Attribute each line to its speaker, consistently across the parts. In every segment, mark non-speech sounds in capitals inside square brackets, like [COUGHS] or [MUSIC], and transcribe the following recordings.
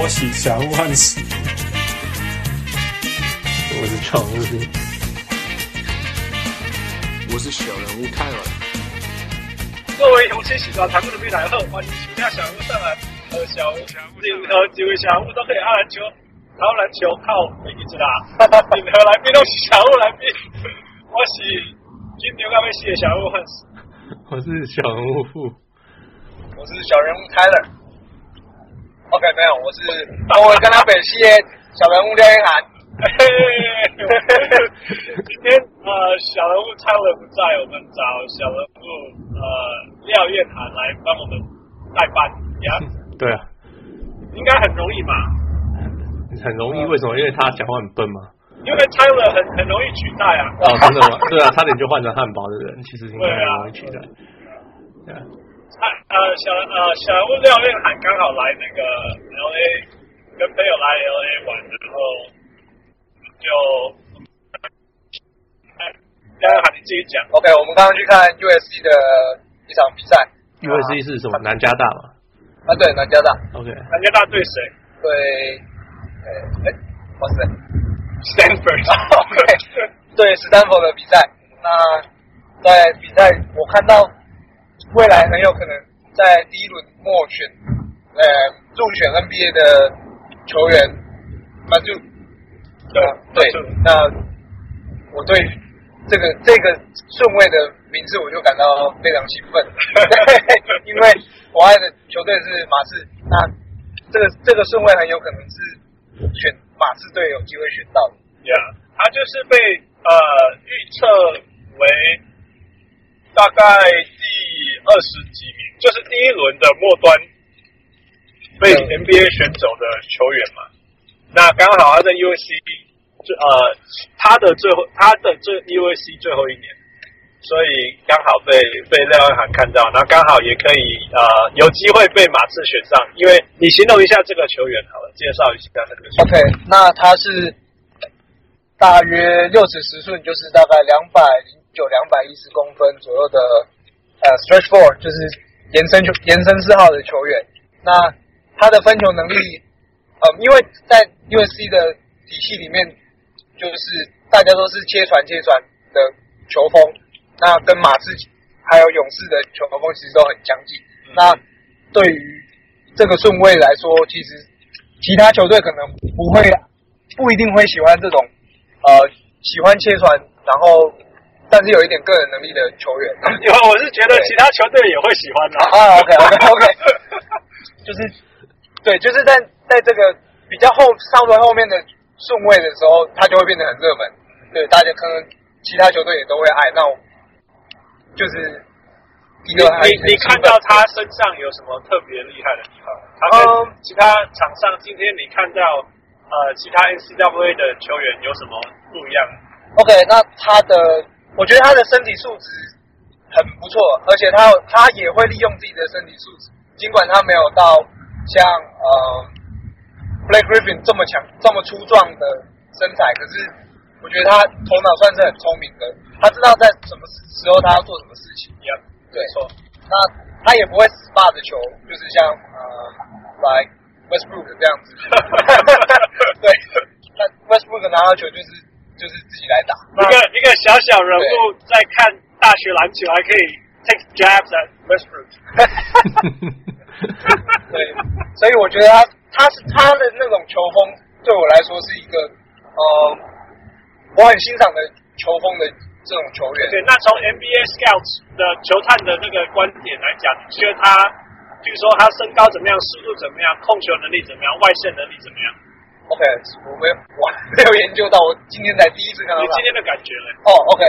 Speaker 1: 我喜祥万喜，
Speaker 2: 我是常务。
Speaker 3: 我是小人物泰尔，
Speaker 4: 各位同心喜茶谈过的未来后，欢迎暑假小人物上来。呃，小人物，呃，几位小人物都可以按篮球，然后篮球靠我一直打。你们来宾都是小人物来宾，我是金牛咖啡系的小人物汉斯，
Speaker 2: 我是小人物富，
Speaker 5: 我是小人物 Tyler。OK，没有，我是我跟他北系的小人物廖一涵。
Speaker 4: 嘿嘿嘿嘿嘿今天呃，小人物泰勒不在，我们找小人物呃廖月涵来帮我们代班呀，
Speaker 2: 对啊，
Speaker 4: 应该很容易吧？
Speaker 2: 很容易。为什么？因为他讲话很笨嘛。
Speaker 4: 因为泰勒很很容易取代啊。
Speaker 2: [LAUGHS] 哦，真的吗？对啊，差点就换成汉堡的 [LAUGHS] 人，其啊实应该很容易取代。对啊，
Speaker 4: 泰呃小呃小人物廖月涵刚好来那个 L A，跟朋友来 L A 玩，然后就。哎廖月涵，你自己讲。
Speaker 5: OK，我们刚刚去看 USC 的一场比赛
Speaker 2: 因为 c 是什么？南加大嘛。
Speaker 5: 啊，对，南加大
Speaker 2: [LAUGHS] OK，
Speaker 4: 南加大对谁
Speaker 5: 对，呃，哎，哇塞 [LAUGHS]
Speaker 4: ？Stanford。
Speaker 5: 哦，OK，对斯坦福的比赛。那在比赛，我看到未来很有可能在第一轮末选，呃，入选 NBA 的球员，那就
Speaker 4: [LAUGHS] 对
Speaker 5: 对，那我对这个这个顺位的名字我就感到非常 [LAUGHS] 兴奋，对因为我爱的球队是马刺，那这个这个顺位很有可能是选马刺队有机会选到的。
Speaker 4: Yeah，他就是被呃预测为大概第二十几名，就是第一轮的末端被
Speaker 5: 嗯
Speaker 4: NBA 选走的球员嘛。那刚好他在 USC 最呃他的最后他的这 USC 最后一年，所以刚好被被廖安涵看到，然后刚好也可以呃有机会被马刺选上，因为你形容一下这个球员好了，介绍一下这个球员
Speaker 5: OK，那他是大约六尺十寸，就是大概两百零九、两百一十公分左右的呃 stretch four，就是延伸球、延伸四号的球员。那他的分球能力，呃，因为在 USC 的体系里面，就是大家都是切传切传的球风，那跟马刺还有勇士的球风其实都很相近。那对于这个顺位来说，其实其他球队可能不会，不一定会喜欢这种，呃，喜欢切传，然后但是有一点个人能力的球
Speaker 4: [LAUGHS]
Speaker 5: 员。
Speaker 4: 因为我是觉得其他球队也会喜欢的、
Speaker 5: 啊，OK OK
Speaker 4: [LAUGHS]
Speaker 5: OK，就是对，就是在在这个比较后上轮后面的顺位的时候，他就会变得很热门，对，大家可能其他球队也都会爱，那我就是一个还
Speaker 4: 你你看到他身上有什么特别厉害的地方？他跟
Speaker 5: 嗯
Speaker 4: 其他场上，今天你看到呃其他 NCAA 的球员有什么不一样？
Speaker 5: OK，那他的，我觉得他的身体素质很不错，而且他有他也会利用自己的身体素质，尽管他没有到像呃 Blake Griffin 这么强、这么粗壮的身材，可是我觉得他头脑算是很聪明的，他知道在什么时候他要做什么事情。
Speaker 4: 一样，
Speaker 5: 对，错。那他也不会死霸着球，就是像呃，like Westbrook 这样子。 [LAUGHS] 对，那 Westbrook 拿到球就是就是自己
Speaker 4: [LAUGHS]
Speaker 5: 来打。
Speaker 4: 一个一个小小人物在看大学篮球，还可以 take jabs at Westbrook。
Speaker 5: 对，所以我觉得他他是他的那种球风，对我来说是一个呃，我很欣赏的球风的这种球员。
Speaker 4: 对，那从 NBA scouts 的球探的那个观点来讲，你觉得他，比如说他身高怎么样，速度怎么样，控球能力怎么样，外线能力怎么样？
Speaker 5: OK，我没有我没有研究到，我今天才第一次看到
Speaker 4: 你
Speaker 5: 他
Speaker 4: 今。天的感觉呢？
Speaker 5: 哦，OK，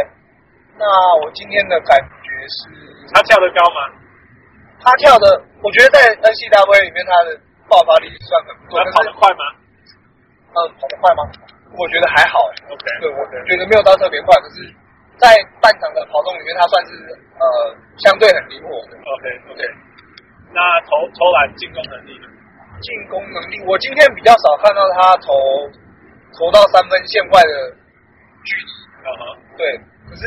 Speaker 5: 那我今天的感觉是
Speaker 4: 他跳得高吗？
Speaker 5: 他跳的，我觉得在 NCAA 里面他的爆发力算很不错，
Speaker 4: 他
Speaker 5: 但
Speaker 4: 跑得
Speaker 5: 是
Speaker 4: 快吗
Speaker 5: 嗯，
Speaker 4: 呃
Speaker 5: 跑得快吗？我觉得还好，欸
Speaker 4: ？OK，
Speaker 5: 对，我觉得没有到特别快，可是，在半场的跑动里面，他算是呃相对很灵活的。
Speaker 4: OK OK，
Speaker 5: 对，
Speaker 4: 那投投篮进攻能力呢？
Speaker 5: 进攻能力，我今天比较少看到他投投到三分线外的距离，
Speaker 4: 嗯哼，
Speaker 5: 对，可是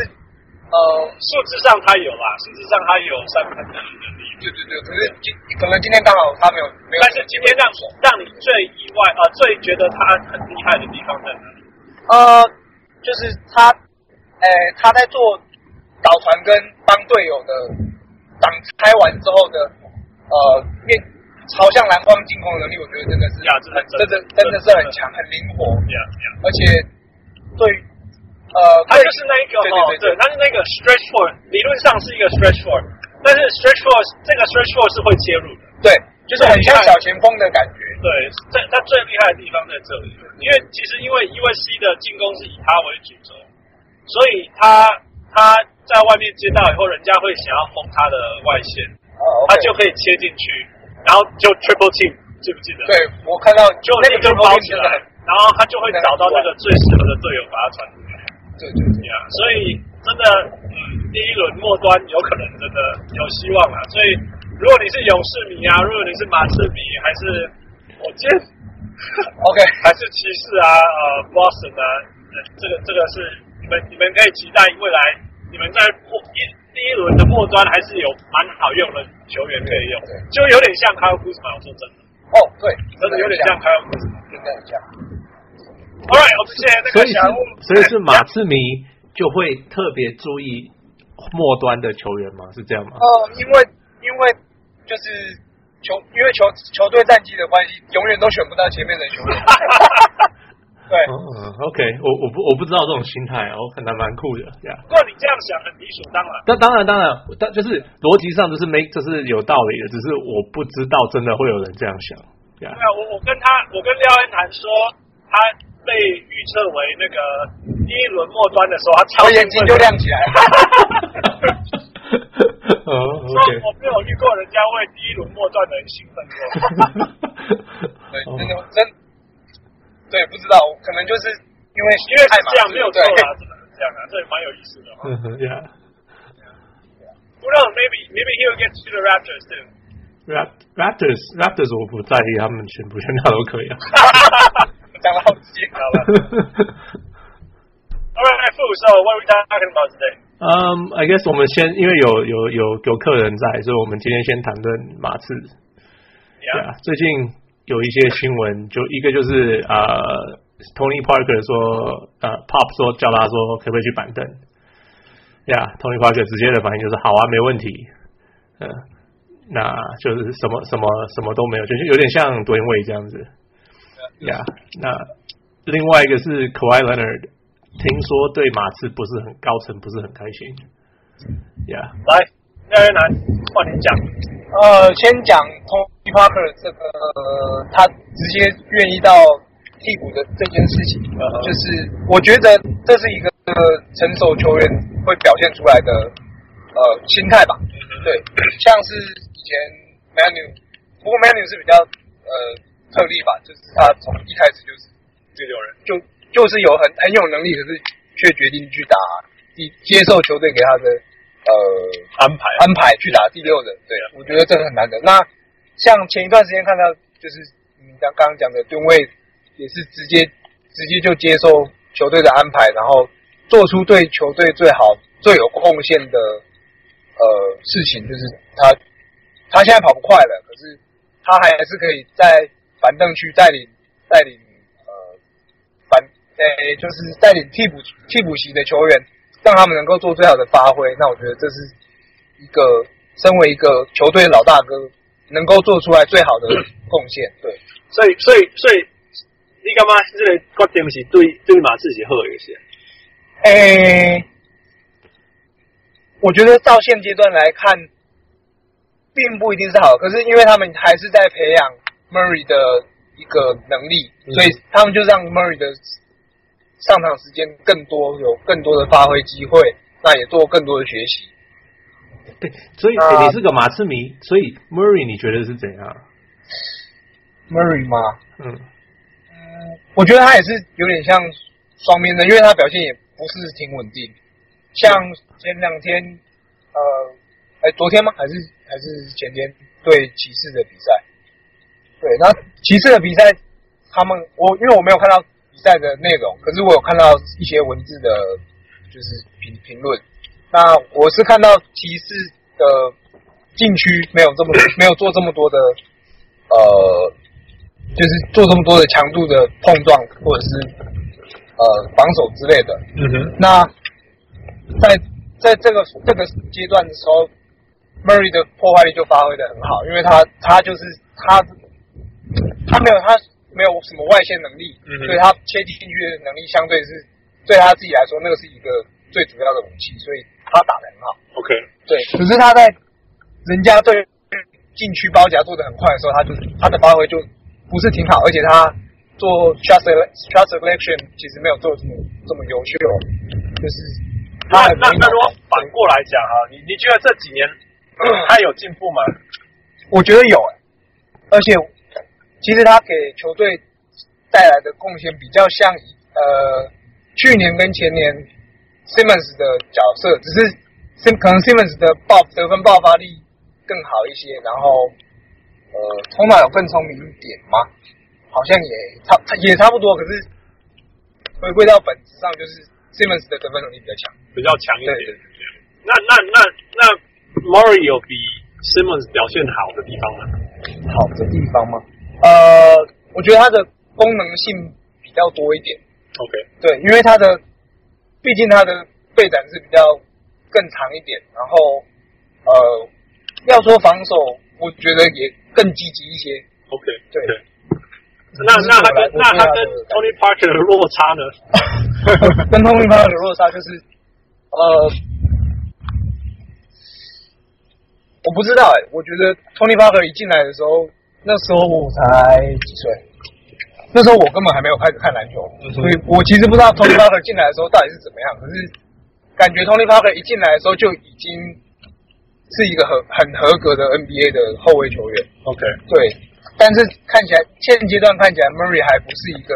Speaker 5: 呃，
Speaker 4: 数字上他有啦，数字上他有三分之一的力量，
Speaker 5: 对对对，可是今可能今天刚好他没有没有
Speaker 4: 但是今天让让你最意外呃最觉得他很厉害的地方在哪里？
Speaker 5: 呃，就是他，呃，他在做导团跟帮队友的挡拆完之后的，呃，面朝向蓝光进攻的能力，我觉得真的是，
Speaker 4: 呀这是
Speaker 5: 真的真的是很强，很灵活，
Speaker 4: 这样这样，
Speaker 5: 而且对于，呃，
Speaker 4: 他就是那一个
Speaker 5: 对
Speaker 4: 哦，
Speaker 5: 对对对
Speaker 4: 他是那个 stretch four，理论上是一个 stretch four，但是 stretch four 这个 stretch four 是会切入的。
Speaker 5: 对，就是很像小前锋的感觉，
Speaker 4: 对，这他最厉害的地方在这里，因为其实因为 USC 的进攻是以他为主轴，所以他他在外面接到以后，人家会想要封他的外线，
Speaker 5: 哦
Speaker 4: 他
Speaker 5: OK
Speaker 4: 就可以切进去，然后就 triple team，记不记得？
Speaker 5: 对，我看到
Speaker 4: 就那
Speaker 5: 那
Speaker 4: 个
Speaker 5: 个
Speaker 4: 就
Speaker 5: 中锋
Speaker 4: 包起
Speaker 5: 真的
Speaker 4: 来
Speaker 5: 很，，
Speaker 4: 然后他就会找到那个最适合的队友，把他传出来。
Speaker 5: 对对对
Speaker 4: 对啊，所以真的，嗯，第一轮末端有可能真的有希望啦。所以，如果你是勇士迷啊，如果你是马刺迷，还是我今天
Speaker 5: ，OK，
Speaker 4: 还是骑士啊，呃，Boston 啊，呃这个这个是你们你们可以期待未来你们在末一第一轮的末端还是有蛮好用的球员可以用
Speaker 5: 对，
Speaker 4: 就有点像 Kyle Kuzma，我说真的，
Speaker 5: 哦对，
Speaker 4: 真的有点像 Kyle Kuzma。
Speaker 5: 真的很像，
Speaker 4: All right，我们谢谢那
Speaker 2: 所
Speaker 4: 个
Speaker 2: 以是
Speaker 4: 小屋，
Speaker 2: 所以是马刺迷就会特别注意末端的球员吗？是这样吗？
Speaker 5: 哦，因为因为就是球，因为球球队战绩的关系，永远都选不到前面的球员。对，
Speaker 2: 嗯，OK，我我不我不知道这种心态，啊我很还蛮酷的，这样。
Speaker 4: 不过你这样想很理所当然。
Speaker 2: 但当然，当然，但就是逻辑上就是没，就是有道理的，只是我不知道真的会有人这样想，对啊
Speaker 4: 对，啊，我我跟他，我跟廖恩谈说，他被预测为那个第一轮末端的时候，他超
Speaker 5: 我
Speaker 4: 兴奋
Speaker 5: 眼睛就亮起来了。
Speaker 2: [LAUGHS]
Speaker 4: 嗯
Speaker 2: 哦
Speaker 4: 说 [LAUGHS] 我没有遇过人家为第一轮末端的人兴奋过。
Speaker 2: [LAUGHS]
Speaker 5: 对，
Speaker 2: ，OK，
Speaker 5: 真的真，对，不知道，可能就是因为
Speaker 4: 因为是
Speaker 5: 太麻
Speaker 4: 这样没有错
Speaker 5: 对
Speaker 4: 啦，真的是这样啊，这也蛮有意思的、哦。
Speaker 2: 嗯哼，Yeah，Raptors
Speaker 4: Who knows? Maybe maybe he'll get to the Raptors too.
Speaker 2: Raptors 我不在意他们选不选他都可以啊。 [LAUGHS]
Speaker 5: 讲的好激
Speaker 4: 好了，All right, Fu. So what are we talking about today?
Speaker 2: 嗯、i guess 我们先因为有有有有客人在，所以我们今天先谈论马刺。对
Speaker 4: Yeah.
Speaker 2: 啊，最近有一些新闻，就一个就是呃，Tony Parker 说呃，Pop 说叫他说可不可以去板凳。呀、t o n y Parker 直接的反应就是好啊，没问题。嗯、那就是什么什么什么都没有，就是有点像蹲位这样子。呀、那另外一个是 k a w h i Leonard，听说对马刺不是很高层不是很开心。呀、
Speaker 4: 来，廖恩南，换你讲。
Speaker 5: 呃，先讲 Tony Parker 这个、呃他直接愿意到替补的这件事情，就是我觉得这是一个呃成熟球员会表现出来的呃心态吧。对，像是以前 Manu，不过 Manu 是比较呃特例吧，就是他从一开始就是
Speaker 4: 第六人，
Speaker 5: 就就是有很很有能力，可是却决定去打第接受球队给他的呃
Speaker 4: 安排
Speaker 5: 安排去打第六人，对，我觉得这个很难得。那像前一段时间看到，就是你刚刚刚讲的吨位，也是直接直接就接受球队的安排，然后做出对球队最好、最有贡献的呃事情，就是他他现在跑不快了，可是他还是可以在板凳区带领带领呃反诶、就是带领替补替补席的球员，让他们能够做最好的发挥。那我觉得这是一个身为一个球队老大哥能够做出来最好的贡献。对，
Speaker 4: 所以所以所以，你感觉这个决定是对对马刺是好的，是？
Speaker 5: 诶、我觉得到现阶段来看，并不一定是好，可是因为他们还是在培养 Murray 的一个能力，所以他们就让 Murray 的上场时间更多，有更多的发挥机会，那也做更多的学习。
Speaker 2: 对，所以、
Speaker 5: 那
Speaker 2: 诶你是个马刺迷，所以 Murray 你觉得是怎样？
Speaker 5: Murray 吗？
Speaker 2: 嗯。
Speaker 5: 我觉得他也是有点像双面的，因为他表现也不是挺稳定。像前两天，呃，哎，昨天吗？还是还是前天对骑士的比赛？对，那骑士的比赛，他们我因为我没有看到比赛的内容，可是我有看到一些文字的，就是评评论。那我是看到骑士的禁区没有这么没有做这么多的呃，就是做这么多的强度的碰撞或者是呃防守之类的。
Speaker 4: 嗯哼，
Speaker 5: 那在在这个这个阶段的时候，Murray 的破坏力就发挥的很好，因为他他就是他他没有他没有什么外线能力，
Speaker 4: 嗯哼
Speaker 5: 所以他切进去的能力相对是对他自己来说那个是一个最主要的武器，所以他打的很好。
Speaker 4: ，OK，
Speaker 5: 对，可是他在人家对禁区包夹做的很快的时候，他就他的发挥就不是挺好，而且他做 shot sele- shot selection 其实没有做得这么这么优秀，就是
Speaker 4: 那
Speaker 5: 他很
Speaker 4: 那
Speaker 5: 容易
Speaker 4: 那如果反过来讲啊，你你觉得这几年他有进步吗？
Speaker 5: 我觉得有、欸，而且其实他给球队带来的贡献比较像呃去年跟前年 Simmons 的角色，只是 Sim 可能 Simmons 的爆得分爆发力更好一些，然后呃头脑有更聪明一点吗？好像也差差也差不多，可是回归到本质上，就是 Simmons 的得分能力比较强。
Speaker 4: 比较强一点
Speaker 5: 对对。
Speaker 4: 那那那那 Murray 有比 Simmons 表现好的地方吗？
Speaker 5: 好的地方吗？呃，我觉得它的功能性比较多一点。
Speaker 4: OK，
Speaker 5: 对，因为它的，毕竟它的背展是比较更长一点，然后呃，要说防守，我觉得也更积极一些。
Speaker 4: OK，
Speaker 5: 对
Speaker 4: 嗯那那他跟
Speaker 5: 这是我
Speaker 4: 那他
Speaker 5: 来
Speaker 4: 跟
Speaker 5: 我对他的
Speaker 4: Tony Parker 的落差呢？
Speaker 5: 跟通明发的落差就是，呃，我不知道哎、我觉得 Tony Parker 一进来的时候，那时候我才几岁，那时候我根本还没有开始看篮球，所以我其实不知道 Tony Parker 进来的时候到底是怎么样。可是感觉 Tony Parker 一进来的时候就已经是一个很很合格的 NBA 的后卫球员。
Speaker 4: OK，
Speaker 5: 对，但是看起来现阶段看起来 Murray 还不是一个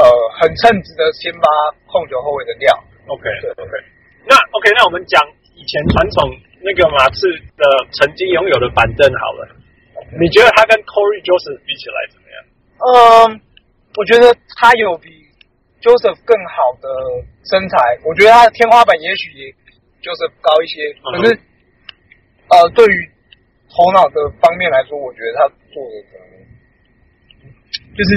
Speaker 5: 呃很称职的先发控球后卫的料。
Speaker 4: OK OK，那 OK，那我们讲以前传统那个马刺的曾经拥有的板凳好了，你觉得他跟 Corey Joseph 比起来怎么样？
Speaker 5: 嗯，我觉得他有比 Joseph 更好的身材，我觉得他的天花板也许也 Joseph 高一些，
Speaker 4: 嗯
Speaker 5: 可是呃对于头脑的方面来说，我觉得他做的可能就是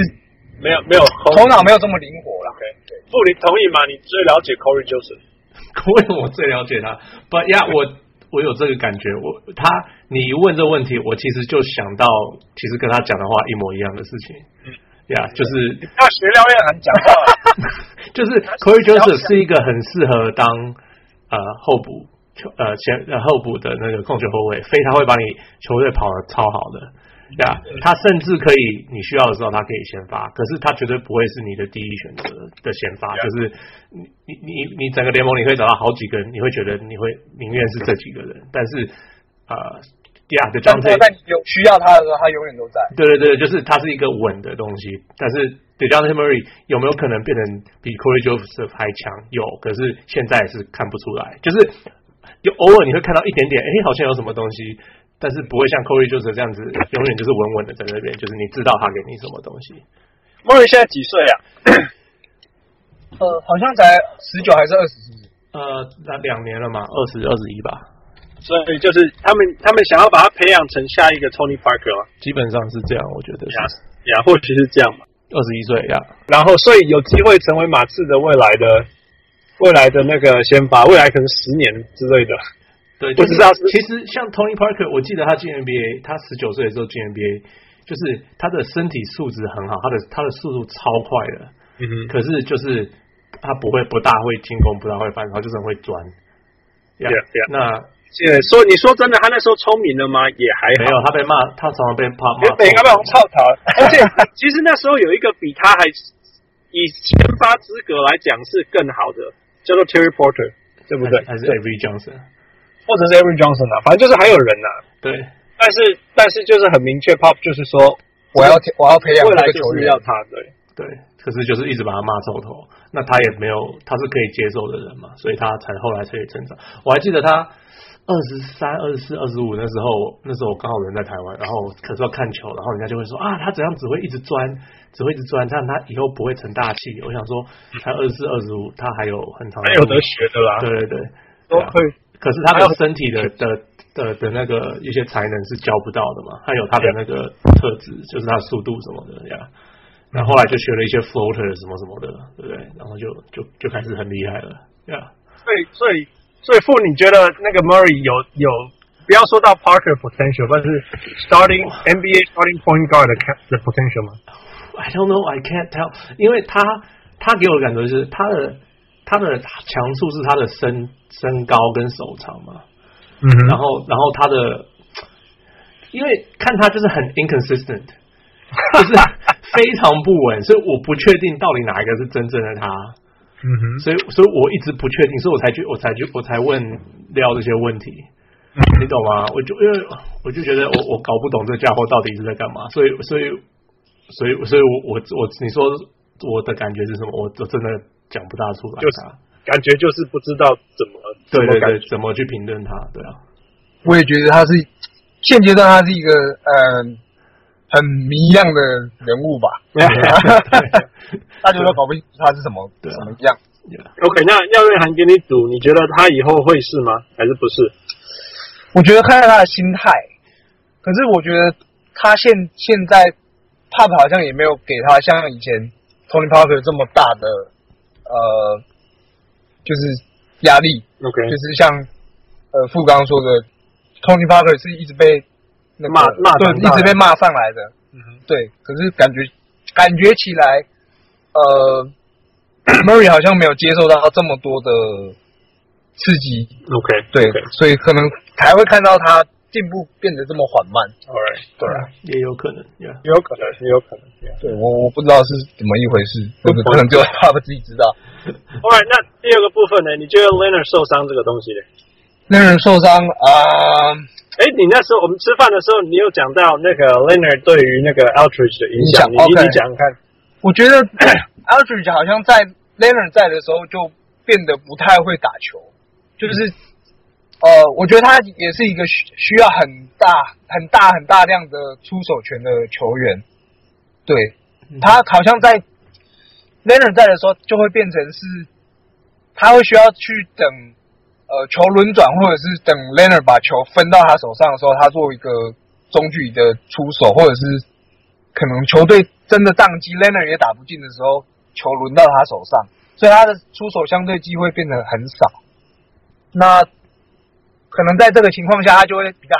Speaker 4: 没有没有 Corey
Speaker 5: 头脑没有这么灵活啦
Speaker 4: [LAUGHS] OK，。对，傅林同意吗？你最了解 Corey Joseph。
Speaker 2: 因 [LAUGHS] 为我最了解他，But yeah，我我有这个感觉，我他你一问这个问题，我其实就想到，其实跟他讲的话一模一样的事情，
Speaker 4: 嗯
Speaker 2: 呀、yeah,，就是
Speaker 4: 大学廖彦涵讲话，
Speaker 2: 就是 Corey Joseph 是一个很适合当呃候补球呃前呃候补的那个控球后卫，非常会把你球队跑得超好的。呀、他甚至可以，你需要的时候他可以先发，可是他绝对不会是你的第一选择的先发。就
Speaker 4: Yeah.
Speaker 2: 是你你你你整个联盟你会找到好几个人，你会觉得你会宁愿是这几个人，但是呃，Yeah，的
Speaker 5: [LAUGHS]
Speaker 2: John
Speaker 5: 但是但你有需要他的时候，他永远都在。
Speaker 2: 对对对，就是它是一个稳的东西。但是 Dejounte Murray 有没有可能变成比 Corey Joseph 还强？有，可是现在是看不出来。就是有偶尔你会看到一点点，哎，好像有什么东西，但是不会像 Corey Joseph 这样子，永远就是稳稳的在那边，就是你知道他给你什么东西。
Speaker 4: 莫瑞现在几岁啊？
Speaker 5: 呃，好像才十九还是二十，
Speaker 2: 呃，那两年了嘛，二十二十一吧，
Speaker 4: 所以就是他们他们想要把他培养成下一个 Tony Parker 吗？
Speaker 2: 基本上是这样，我觉得是
Speaker 4: 呀呀，或许是这样嘛。
Speaker 2: 二十一岁呀。
Speaker 4: 然后，所以有机会成为马刺的未来的未来的那个先发，未来可能十年之类的。
Speaker 2: 对，
Speaker 4: 不
Speaker 2: 就
Speaker 4: 知道是
Speaker 2: 其实像 Tony Parker，我记得他进 NBA，他十九岁的时候进 NBA，就是他的身体素质很好，他的他的速度超快的，
Speaker 4: 嗯哼，
Speaker 2: 可是就是他不会不大会进攻，不大会反，他就是很会钻。Yeah,
Speaker 4: Yeah, yeah.
Speaker 2: 那
Speaker 4: 也说你说真的，他那时候聪明了吗？也还
Speaker 2: 没
Speaker 4: 好
Speaker 2: 有，他被骂，他常常被怕骂
Speaker 4: 原
Speaker 2: 臭。
Speaker 4: 本应该被红臭桃，而且其实那时候有一个比他还以先发资格来讲是更好的，叫做 Terry Porter，对不对？
Speaker 2: 还是 Avery Johnson？
Speaker 4: 或者是 Avery Johnson 啊，反正就是还有人呐、啊。
Speaker 2: 对，
Speaker 4: 但是但是就是很明确，Pop 就是说
Speaker 5: 我要我要培养
Speaker 4: 未来
Speaker 5: 这
Speaker 4: 就
Speaker 5: 个球
Speaker 4: 是
Speaker 5: 员
Speaker 4: 要。他对。
Speaker 2: 对，可是就是一直把他骂臭头，那他也没有，他是可以接受的人嘛，所以他才后来才有成长。我还记得他二十三、二十四、二十五那时候，那时候我刚好人在台湾，然后可是要看球，然后人家就会说啊，他怎样只会一直钻，只会一直钻，但他以后不会成大器。我想说，才二十四、二十五，他还有很长的
Speaker 4: 还有
Speaker 2: 路
Speaker 4: 得学的啦，
Speaker 2: 对对对，
Speaker 4: 都
Speaker 2: 对啊
Speaker 4: 可以
Speaker 2: 可是他
Speaker 4: 还有
Speaker 2: 的身体的的的的那个一些才能是教不到的嘛，他有他的那个特质，就是他的速度什么的呀。然后后来就学了一些 floater 什么什么的，对不对？然后就就就开始很厉害了呀。
Speaker 1: 所以所以所以傅，你觉得那个 Murray 有有不要说到 Parker potential，但是 starting NBA starting point guard 的 cap- 的 potential 吗？
Speaker 2: I don't know, I can't tell，因为他他给我的感觉是他的他的强处是他的身身高跟手长嘛，
Speaker 1: 嗯哼
Speaker 2: 然后然后他的，因为看他就是很
Speaker 4: [LAUGHS]
Speaker 2: inconsistent，就是非常不稳，所以我不确定到底哪一个是真正的他，
Speaker 1: 嗯哼，
Speaker 2: 所以所以我一直不确定，所以我才去我才去我才问廖这些问题，
Speaker 4: 嗯
Speaker 2: 你懂吗？我就因为我就觉得我我搞不懂这家伙到底是在干嘛，所以所以所以所以我我我你说我的感觉是什么？我我真的讲不大出来，啊
Speaker 4: 就是感觉就是不知道怎么怎
Speaker 2: 对
Speaker 4: 么
Speaker 2: 对
Speaker 4: 感
Speaker 2: 对
Speaker 4: 觉，，
Speaker 2: 怎么去评论他？对
Speaker 4: [LAUGHS]
Speaker 2: 啊，
Speaker 5: 我也觉得他是现阶段他是一个呃很迷样的人物 [LAUGHS] 吧，大家都搞不清楚他是什么
Speaker 2: 对啊
Speaker 5: 什么样。
Speaker 4: OK，那廖瑞涵给你赌，你觉得他以后会是吗？还是不是？
Speaker 5: 我觉得看看他的心态，可是我觉得他现现在 Pop 好像也没有给他像以前 Tony Parker 这么大的呃，就是压力，
Speaker 4: OK，
Speaker 5: 就是像呃富刚说的，Tony Parker 是一直被那个
Speaker 4: 骂骂
Speaker 5: 对
Speaker 4: 长大
Speaker 5: 一
Speaker 4: 的
Speaker 5: 直被骂上来的，
Speaker 4: 嗯
Speaker 5: 对，可是感觉感觉起来，呃 [COUGHS] ，Murray 好像没有接受到这么多的刺激，
Speaker 4: OK，
Speaker 5: 对
Speaker 4: OK，
Speaker 5: 所以可能才会看到他进步变得这么缓慢。
Speaker 4: a l right，
Speaker 5: 对啊，
Speaker 2: 也有可能，yeah。
Speaker 4: 有可能，也有可能。
Speaker 5: 对我我不知道是怎么一回事，可能可能只有他们自己知道。
Speaker 4: All right，那第二个部分呢？你觉得 Leonard 受伤这个东西呢？
Speaker 5: 那人受伤啊、
Speaker 4: 哎，你那时候我们吃饭的时候，你有讲到那个 Leonard 对于那个 Altridge 的影响，你
Speaker 5: 影响
Speaker 4: 你
Speaker 5: OK
Speaker 4: 你讲看。
Speaker 5: 我觉得 [COUGHS] Aldridge 好像在 Leonard 在的时候就变得不太会打球，就是呃，我觉得他也是一个需需要很大、很大、很大量的出手权的球员。对他好像在 Leonard 在的时候就会变成是，他会需要去等呃球轮转，或者是等 Leonard 把球分到他手上的时候，他做一个中距离的出手，或者是可能球队真的宕机，Leonard 也打不进的时候，球轮到他手上，所以他的出手相对机会变得很少。那可能在这个情况下，他就会比较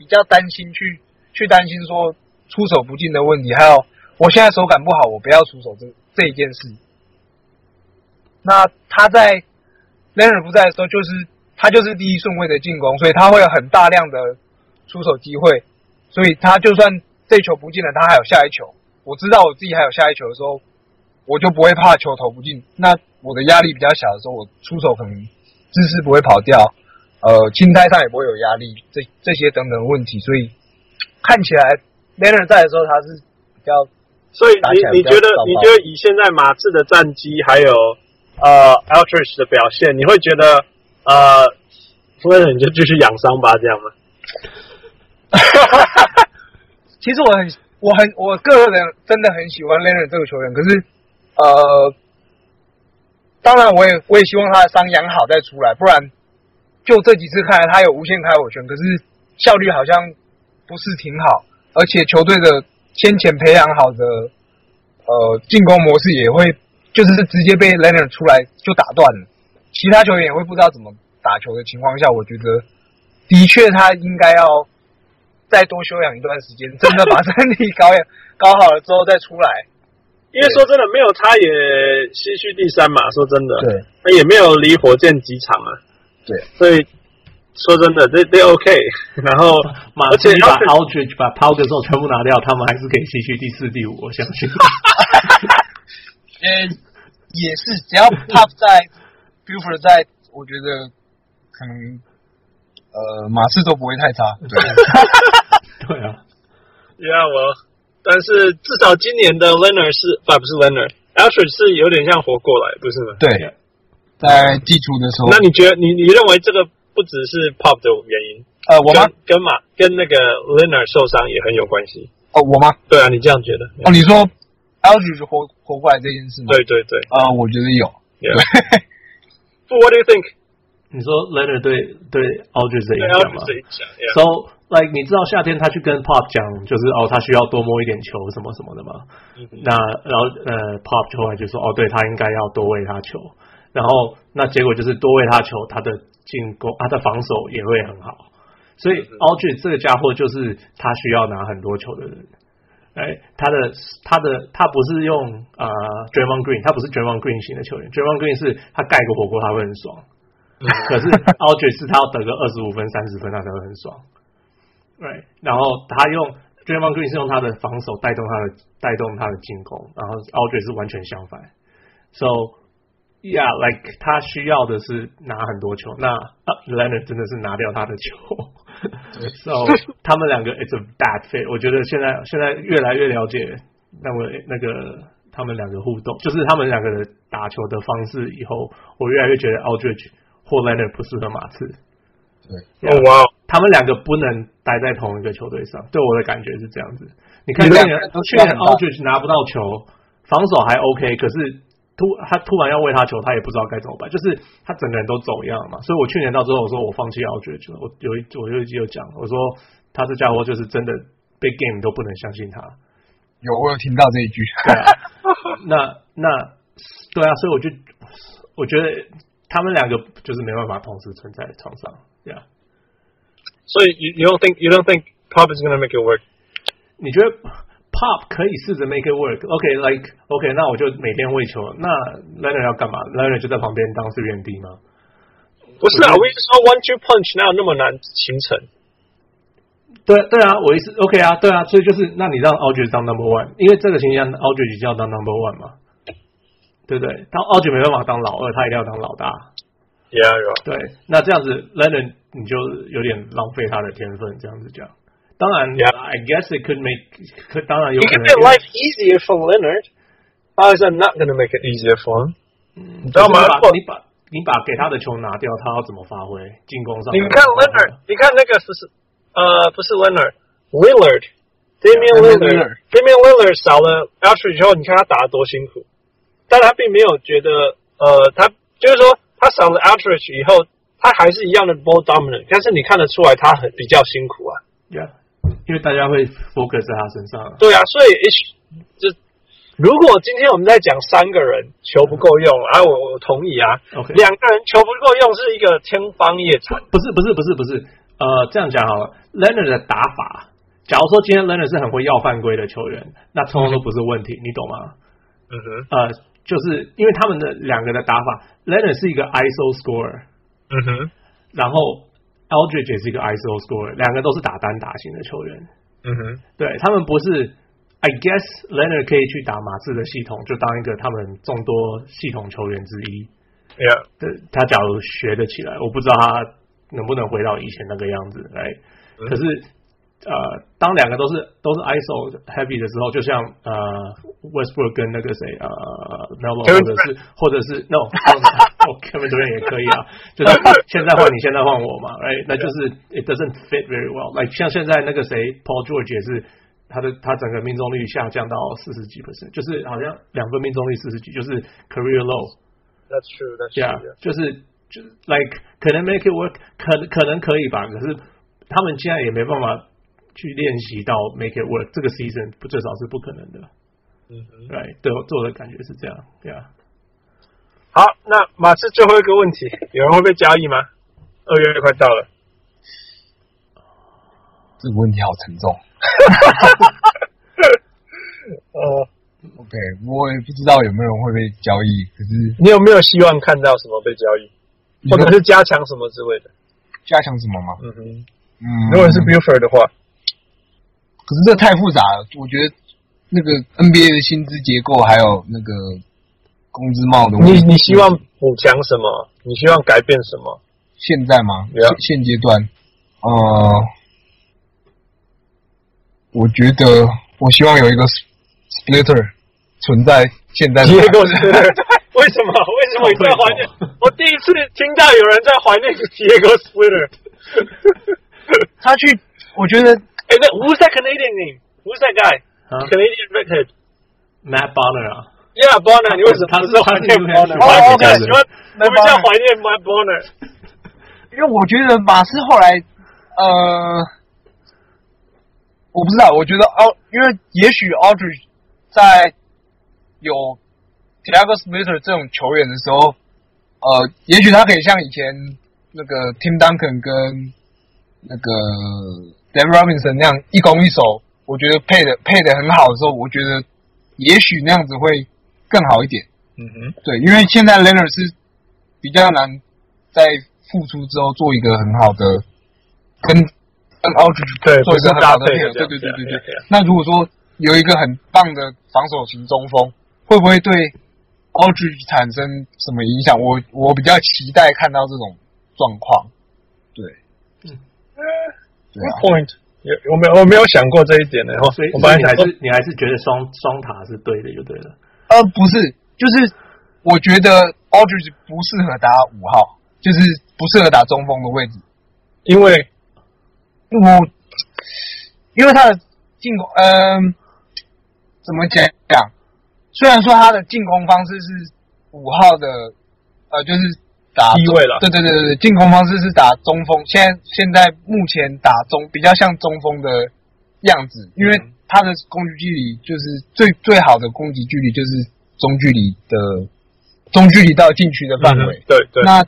Speaker 5: 比较担心去去担心说出手不进的问题，还有我现在手感不好，我不要出手这这一件事。那他在 Leonard 不在的时候，就是他就是第一顺位的进攻，所以他会有很大量的出手机会，所以他就算这球不进了，他还有下一球。我知道我自己还有下一球的时候，我就不会怕球投不进。那我的压力比较小的时候，我出手可能姿势不会跑掉，呃，心态上也不会有压力，这这些等等问题。所以看起来 Leonard 在的时候，他是比较
Speaker 4: 所以
Speaker 5: 打起来
Speaker 4: 你你
Speaker 5: 比较
Speaker 4: 觉得
Speaker 5: 糟糕
Speaker 4: 你觉得以现在马刺的战绩还有呃 Altridge 的表现，你会觉得呃 Leonard 你就继续养伤吧，这样吗？
Speaker 5: [LAUGHS] 其实我很我很我个人真的很喜欢 Leonard 这个球员，可是呃，当然我也我也希望他的伤养好再出来，不然就这几次看来他有无限开火权，可是效率好像不是挺好，而且球队的先前培养好的呃进攻模式也会就是直接被 Leonard 出来就打断了，其他球员也会不知道怎么打球的情况下，我觉得的确他应该要。再多休养一段时间，真的把身体搞 [LAUGHS] 养搞好了之后再出来。
Speaker 4: 因为
Speaker 5: 对
Speaker 4: 说真的，没有他也西区第三嘛。说真的，
Speaker 5: 对，
Speaker 4: 那也没有离火箭几场啊。
Speaker 5: 对，
Speaker 4: 所以说真的，这这 OK。然 [LAUGHS] 后，
Speaker 2: 呃马
Speaker 4: 而且
Speaker 2: 刺你把
Speaker 4: Alfred-
Speaker 2: Aldridge 把 p o w e r 这种全部拿掉，他们还是可以西区第四、第五，我相 [LAUGHS] 信。
Speaker 5: 嗯，也是，只要 Pop 在，Buford 在，我觉得可能呃马刺都不会太差。对，
Speaker 2: 对啊，
Speaker 4: yeah，我，但是至少今年的 Leonard 是，不不是 Leonard，Alfred 是有点像活过来，不是吗？
Speaker 5: 对，在季初的时候，
Speaker 4: 那你觉得，你你认为这个不只是 Pop 的原因，
Speaker 5: 呃我
Speaker 4: 跟
Speaker 5: 吗？
Speaker 4: 跟马跟那个 Leonard 受伤也很有关系？
Speaker 5: 哦我吗？
Speaker 4: 对啊，你这样觉得？
Speaker 5: 哦你说 Aldridge 活活过来这件事吗？
Speaker 4: 对对对
Speaker 5: 呃，我觉得有。
Speaker 4: [LAUGHS] ，Yeah。But what do you think？
Speaker 2: 你说 Leonard 对对 Aldridge 的影
Speaker 4: 对要
Speaker 2: 响
Speaker 4: 去
Speaker 2: 吗
Speaker 4: 谁讲？Yeah
Speaker 2: ？So like 你知道夏天他去跟 Pop 讲，就是哦他需要多摸一点球什么什么的吗？那然后呃 Pop 就后来就说哦对他应该要多喂他球，然后那结果就是多喂他球，他的进攻他的防守也会很好。所以 Aldridge 这个家伙就是他需要拿很多球的人。哎，他的他的他不是用呃 Draymond Green，他不是 Draymond Green 型的球员，Draymond Green 是他盖个火锅他会很爽，可是 Aldridge 是他要得个二十五分三十分他才会很爽，right？然后他用 Draymond Green 是用他的防守带动他的带动他的进攻，然后 Aldridge 是完全相反，so yeah，like 他需要的是拿很多球，那、呃 Leonard 真的是拿掉他的球。so 他们两个 it's a bad fit。我觉得现在现在越来越了解那么那个他们两个互动，就是他们两个的打球的方式。以后我越来越觉得 Aldridge 或 Leonard 不适合马刺，
Speaker 1: 哦
Speaker 4: Oh,
Speaker 1: 哇，
Speaker 2: 他们两个不能待在同一个球队上。对我的感觉是这样子。你看
Speaker 5: 你
Speaker 2: 去
Speaker 5: 们
Speaker 2: 年
Speaker 5: 两个人都
Speaker 2: 去年
Speaker 5: 很棒
Speaker 2: Aldridge 拿不到球，防守还 OK，可是。突他突然要喂他球，他也不知道该怎么办，就是他整个人都走样嘛。所以我去年到最后我说我放弃 Aldridge 了，我有一我有一集有讲，我说他这家伙就是真的 big game 都不能相信他。
Speaker 6: 有我有听到这一
Speaker 5: [LAUGHS]
Speaker 6: 句，
Speaker 2: 对啊，那那对啊，所以我就我觉得他们两个就是没办法同时存在场上，Yeah。啊
Speaker 4: 所以 you you don't think you don't think Pop is gonna make it work？
Speaker 2: 你觉得 Pop 可以试着 make it work？OK，like、OK，那我就每天喂球。那 Leonard 要干嘛？Leonard 就在旁边当是原地吗？
Speaker 4: 不是啊，我一直说 one two punch 哪有那么难形成？
Speaker 2: 对对啊，我意思 OK 啊，对啊，所以就是那你让 Aldridge 当 number one，因为这个形象 Aldridge 已经要当 number one 嘛，对不对？当 Aldridge 没办法当老二，他一定要当老大。
Speaker 4: Yeah, you're right.
Speaker 2: 对，那这样子 Lennon 你就有点浪费他的天分，这样子讲。当然
Speaker 4: Yeah.
Speaker 2: I guess it could make，可当然有
Speaker 4: You
Speaker 2: 可
Speaker 4: can
Speaker 2: 能
Speaker 4: make
Speaker 2: 因为
Speaker 4: life easier for Leonard. How is that not going to make it easier for him? 你知
Speaker 2: 就
Speaker 4: 道
Speaker 2: 是
Speaker 4: 吗？
Speaker 2: 把
Speaker 4: 如果
Speaker 2: 你把你把给他的球拿掉，他要怎么发挥？进攻上
Speaker 4: 你看 Leonard，你看那个不是呃不是 Leonard，Lillard。
Speaker 6: Yeah, Damian
Speaker 4: Damian
Speaker 6: Lillard
Speaker 4: Lillard，Damian Lillard 少了 a l t r i d g e 后，你看他打得多辛苦，但他并没有觉得呃，他就是说他少了 a l t r i d g e 以后，他还是一样的 ball dominant，但是你看得出来他很比较辛苦啊。
Speaker 2: Yeah，因为大家会 focus 在他身上啊。
Speaker 4: 对啊，所以 H 就如果今天我们在讲三个人球不够用，啊，我我同意啊
Speaker 2: OK
Speaker 4: 两个人球不够用是一个天方夜谭。
Speaker 2: 不是不是不是不是，呃，这样讲好了，Leonard 的打法，假如说今天 Leonard 是很会要犯规的球员，那通通都不是问题，你懂吗？
Speaker 4: 嗯哼，
Speaker 2: 呃，就是因为他们的两个的打法，Leonard 是一个 ISO scorer，
Speaker 4: 嗯哼，
Speaker 2: 然后 Aldridge 也是一个 ISO scorer，两个都是打单打型的球员。
Speaker 4: 嗯哼，
Speaker 2: 对他们不是，I guess Leonard 可以去打马刺的系统，就当一个他们众多系统球员之一。
Speaker 4: Yeah，
Speaker 2: 对，他假如学得起来，我不知道他能不能回到以前那个样子来。可是，呃，当两个都是都是 ISO heavy 的时候，就像呃 Westbrook 跟那个谁呃 Melo 或
Speaker 4: Kevin
Speaker 2: 者是或者是 [LAUGHS] No，哦 Kevin Durant 也可以啊，就是现在换你，现在换我嘛，right？那就是 it doesn't fit very well。like 像现在那个谁 Paul George 也是。他的他整个命中率下降到四十几 percent，就是好像两分命中率四十几，就是 career low。
Speaker 4: That's true. That's
Speaker 2: Yeah，
Speaker 4: true.
Speaker 2: 就是就是 like 可能 make it work，可可能可以吧，可是他们现在也没办法去练习到 make it work，这个 season 不至少是不可能的。
Speaker 4: 嗯哼，
Speaker 2: Right，对我对我的感觉是这样，Yeah。
Speaker 4: 好，那马刺最后一个问题，有人会被交易吗？二月快到了，
Speaker 6: 这个问题好沉重。
Speaker 4: 呃，
Speaker 6: OK，我也不知道有没有人会被交易，可是
Speaker 4: 你有没有希望看到什么被交易，
Speaker 6: 你
Speaker 4: 或
Speaker 6: 说
Speaker 4: 者哦是加强什么之类的？
Speaker 6: 加强什么吗？
Speaker 4: 嗯哼，
Speaker 6: 嗯，
Speaker 4: 如果是 Buffer 的话，
Speaker 6: 可是这太复杂了，我觉得那个 NBA 的薪资结构还有那个工资帽的问
Speaker 4: 你
Speaker 6: 题，
Speaker 4: 你希望补强什么？你希望改变什么？
Speaker 6: 现在吗？
Speaker 4: Yeah
Speaker 6: 现现阶段，呃，我觉得我希望有一个 splitter 存在现
Speaker 5: 嗯
Speaker 6: 在的
Speaker 4: 结构是为什么？为什么你在怀念
Speaker 2: 好愧疚？
Speaker 4: 我第一次听到有人在怀念结构 Splitter。
Speaker 6: 他去，我觉得
Speaker 4: 哎，那 Who's that Canadian name? Who's that guy?
Speaker 2: 啊
Speaker 4: Canadian redhead.
Speaker 2: Matt Bonner 啊，
Speaker 4: Yeah, Bonner，你为什么哦
Speaker 2: 他
Speaker 4: 不
Speaker 2: 是
Speaker 4: 是怀念
Speaker 2: 他是
Speaker 4: Bonner？
Speaker 2: 他
Speaker 6: 是
Speaker 4: 我们
Speaker 6: 他
Speaker 2: 是
Speaker 4: 我们叫怀念 Matt Bonner。
Speaker 5: 因为我觉得马刺后来，呃，我不知道，我觉得奥，因为也许 Aldridge 在有 Tiago Splitter 这种球员的时候，呃，也许他可以像以前那个 Tim Duncan 跟那个 Dan Robinson 那样一攻一守，我觉得配的配的很好的时候，我觉得也许那样子会更好一点。
Speaker 7: 嗯哼，
Speaker 5: 对，因为现在 Leonard 是比较难在复出之后做一个很好的跟跟 Aldridge
Speaker 4: 对
Speaker 5: 做
Speaker 4: 不
Speaker 5: 一个
Speaker 4: 是
Speaker 5: 很好的
Speaker 4: 搭配
Speaker 5: 配合，
Speaker 4: 的
Speaker 5: 对
Speaker 4: 这
Speaker 5: 对
Speaker 4: 样
Speaker 5: 对
Speaker 4: 对
Speaker 5: 对
Speaker 4: 啊
Speaker 5: 对
Speaker 4: 对啊。
Speaker 5: 那如果说有一个很棒的防守型中锋，会不会对 Aldridge 产生什么影响？我我比较期待看到这种状况。对，对啊
Speaker 4: Good，point，有我没有我没有想过这一点呢。我
Speaker 2: 所以
Speaker 4: 我
Speaker 2: 所
Speaker 4: 本
Speaker 2: 以
Speaker 4: 来
Speaker 2: 你还
Speaker 4: 想说
Speaker 2: 是你还是觉得双双塔是对的就对了。
Speaker 5: 呃，不是，就是我觉得 Aldridge 不适合打五号，就是不适合打中锋的位置。
Speaker 4: 因为
Speaker 5: 我因为他的进攻，嗯、怎么讲讲？虽然说他的进攻方式是五号的，呃，就是打
Speaker 4: 低
Speaker 5: 中
Speaker 4: 位了
Speaker 5: 对对对对对，进攻方式是打中锋。现在现在目前打中比较像中锋的样子，因为他的攻击距离就是最最好的攻击距离就是中距离的中距离到禁区的范围。
Speaker 4: 嗯对对
Speaker 5: 那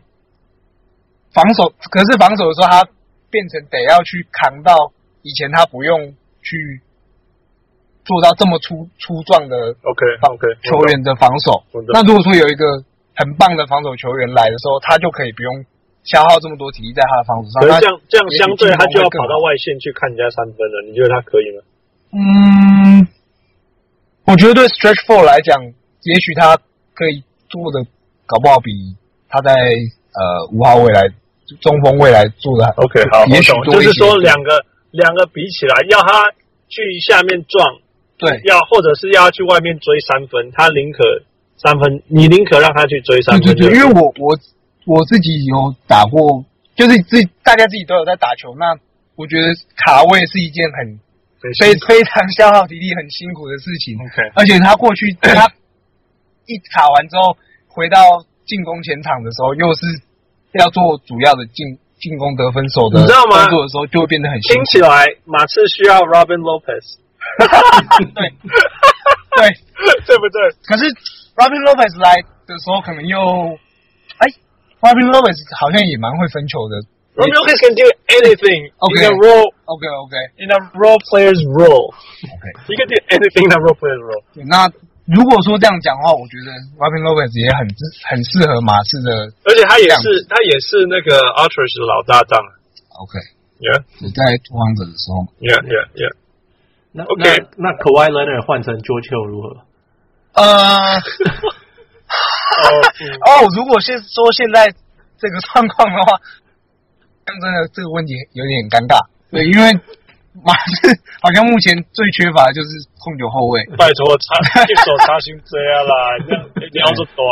Speaker 5: 防守，可是防守的时候，他变成得要去扛到以前他不用去做到这么粗粗壮的
Speaker 4: OK
Speaker 5: 防
Speaker 4: OK
Speaker 5: 球员的防守
Speaker 4: 我懂。
Speaker 5: 那如果说有一个很棒的防守球员来的时候，他就可以不用消耗这么多体力在他的防守上。
Speaker 4: 可是
Speaker 5: 那
Speaker 4: 这样这样
Speaker 5: 也许
Speaker 4: 相对
Speaker 5: 进
Speaker 4: 他就
Speaker 5: 攻
Speaker 4: 要
Speaker 5: 会更
Speaker 4: 跑到
Speaker 5: 好
Speaker 4: 外线去看人家三分了，你觉得他可以吗？
Speaker 5: 嗯，我觉得对 Stretch Four 来讲，也许他可以做的，搞不好比他在呃五号未来中锋未来做的
Speaker 4: OK，好，我
Speaker 5: 也许
Speaker 4: 懂，
Speaker 5: 多
Speaker 4: 就
Speaker 5: 一
Speaker 4: 是
Speaker 5: 些
Speaker 4: 说两个两个比起来，要他去下面撞，
Speaker 5: 对
Speaker 4: 要或者是要他去外面追三分，他宁可三分，你宁可让他去追三
Speaker 5: 对
Speaker 4: 分就
Speaker 5: 对对，
Speaker 4: 是，
Speaker 5: 因为我我我自己有打过，就是自己大家自己都有在打球，那我觉得卡位是一件很非非常消耗体力、很辛苦的事情。
Speaker 4: OK
Speaker 5: 而且
Speaker 4: [COUGHS]
Speaker 5: 他过去他一卡完之后，回到进攻前场的时候，又是要做主要的进进攻得分手的
Speaker 4: 你知道吗
Speaker 5: 工作的时候，就会变得很辛
Speaker 4: 听
Speaker 5: 苦。
Speaker 4: 起来马刺需要 Robin Lopez，
Speaker 5: [LAUGHS] 对对，
Speaker 4: 对不对？
Speaker 5: 可是 Robin Lopez 来的时候，可能又哎，Robin Lopez 好像也蛮会分球的。
Speaker 4: Robin Lopez can do anything in
Speaker 5: Okay.
Speaker 4: a role
Speaker 5: OK OK，
Speaker 4: in a role player's role.
Speaker 5: Okay.
Speaker 4: He can do anything in a role player's role.
Speaker 5: 那如果说这样讲的话，我觉得 Robin Lopez 也很很适合马刺的。
Speaker 4: 而且他也
Speaker 5: 这样
Speaker 4: 是他也是那个 a l t r i d g e 的老搭档。
Speaker 5: OK，
Speaker 4: Yeah,
Speaker 5: 你在拓荒者的时
Speaker 4: [LAUGHS]
Speaker 5: 候，
Speaker 4: yeah, yeah, yeah.
Speaker 2: [LAUGHS] 那
Speaker 4: OK
Speaker 2: 那那 Kawhi Leonard 换成 George Hill 如何？
Speaker 5: 呃，
Speaker 4: 哦，嗯
Speaker 5: 哦，如果现说现在这个状况的话，讲真的这个问题有点尴尬。对，因为马刺好像目前最缺乏的就是控球后卫。
Speaker 4: 拜托，插一手插心这样啦，你你要做短，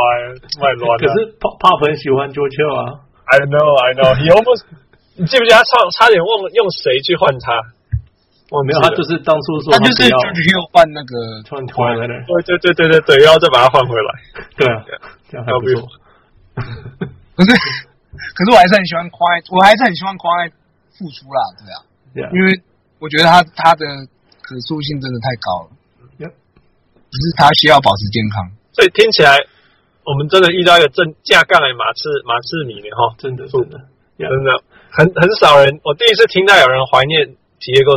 Speaker 4: 卖乱
Speaker 2: 可是 Pop Pop 很喜欢 George Hill 啊，
Speaker 4: I know, I know. He almost，你记不记得他差差点忘了用谁去换他？我
Speaker 2: 没有他就是当初说
Speaker 5: 他就
Speaker 2: 不
Speaker 5: 是
Speaker 2: 要
Speaker 5: George Hill 换那个，
Speaker 2: 换 Kawhi
Speaker 4: [LAUGHS]
Speaker 2: Leonard，
Speaker 4: 对对对对对对，然后再把他换回来。
Speaker 2: 对啊，这样还不错。
Speaker 5: 可是 [LAUGHS] 可是我还是很喜欢匡爱，我还是很喜欢匡爱复出啦，对啊，
Speaker 2: Yeah.
Speaker 5: 因为我觉得他他的可塑性真的太高了。
Speaker 2: Yep.
Speaker 5: 只是他需要保持健康。
Speaker 4: 所以听起来，我们真的遇到一个正架杠的马刺马刺迷了哈，
Speaker 2: 真的真的
Speaker 4: 真的很很少人，我第一次听到有人怀念 Diego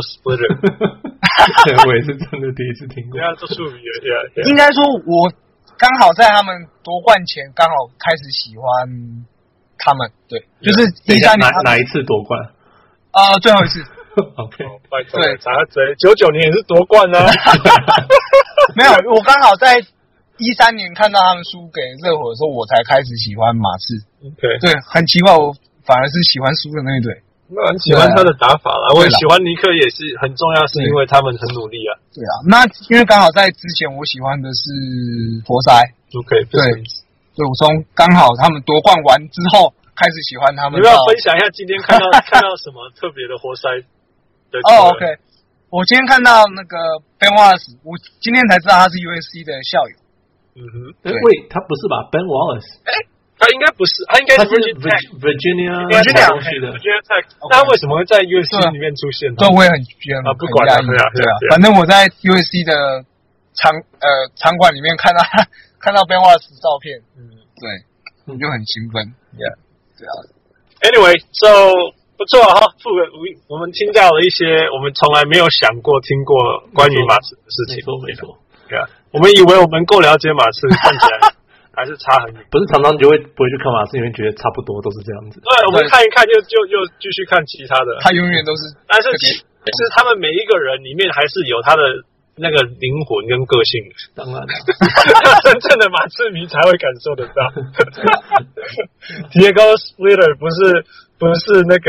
Speaker 2: [LAUGHS]
Speaker 5: [LAUGHS]
Speaker 4: Splitter，
Speaker 2: ，Yeah，我也是真的第一次听过
Speaker 4: 人。家做数也也
Speaker 2: 啊
Speaker 5: 应该说，我刚好在他们夺冠前，刚好开始喜欢他们。对，就是
Speaker 2: 啊等
Speaker 5: 一
Speaker 2: 一下
Speaker 5: 三
Speaker 2: 哪
Speaker 5: 年
Speaker 2: 哪一次夺冠 [LAUGHS]
Speaker 5: 呃最后一次，
Speaker 2: ？OK，
Speaker 4: 哦拜托
Speaker 5: 对，
Speaker 4: 查谁？九九年也是夺冠
Speaker 5: [LAUGHS]
Speaker 4: 啊，
Speaker 5: 没有，我刚好在一三年看到他们输给热火的时候，我才开始喜欢马刺。
Speaker 4: 对。
Speaker 5: 对，啊很奇怪，我反而是喜欢输的那一队。
Speaker 4: 那很喜欢他的打法啦，我也
Speaker 5: 对啦
Speaker 4: 喜欢尼克也是很重要，是因为他们很努力啊。
Speaker 5: 对啊，那因为刚好在之前，我喜欢的是活塞，
Speaker 4: OK，
Speaker 5: 对，所以我从刚好他们夺冠完之后开始喜欢他
Speaker 4: 你
Speaker 5: 们
Speaker 4: 要
Speaker 5: 到。
Speaker 4: 不要分享一下今天
Speaker 5: [LAUGHS]
Speaker 4: 看到看到什么特别的活塞的球员？
Speaker 5: 哦、o k 我今天看到那个 Ben Wallace，我今天才知道他是 USC 的校友。
Speaker 4: 嗯哼，
Speaker 2: 哎
Speaker 5: 对
Speaker 2: 喂，他不是吧？Ben Wallace，
Speaker 4: 他应该不是，他应
Speaker 5: 哎
Speaker 4: 该
Speaker 2: 他
Speaker 4: 是
Speaker 2: 是
Speaker 4: Virgin Tech。
Speaker 2: Vir- Virginia
Speaker 4: 应该是
Speaker 2: 东西的
Speaker 4: 我，觉得 Tech，那为什么会在 USC 里面出现呢
Speaker 5: 这？我也很觉得
Speaker 2: 啊不管了
Speaker 5: 很压
Speaker 2: 对啊对
Speaker 5: 抑对
Speaker 2: 啊对啊
Speaker 5: 反正我在 USC 的场呃场馆里面看到 [LAUGHS] 看到 Ben Wallace 的照片，嗯，对，你就很兴奋
Speaker 4: Yeah
Speaker 5: 对啊，
Speaker 4: Anyway，so 不错啊哈、富人我我们听到了一些我们从来没有想过听过关于马刺的事
Speaker 2: 没
Speaker 4: 情。
Speaker 2: 错没错，
Speaker 4: 对啊，我们以为我们够了解马刺，看 [LAUGHS] 起来还是差很远。
Speaker 2: 不是常常你就会不会去看马刺，因为觉得差不多都是这样子。
Speaker 4: 对，我们看一看就就就继续啊看其他的，
Speaker 5: 他永远都是
Speaker 4: 但是
Speaker 5: 这个
Speaker 4: 其实他们每一个人里面还是有他的那个灵魂跟个性的，
Speaker 2: 当
Speaker 5: [LAUGHS]
Speaker 2: 然了，
Speaker 4: [LAUGHS] 真正的马刺迷才会感受得到。Diego Splitter 不是不是那个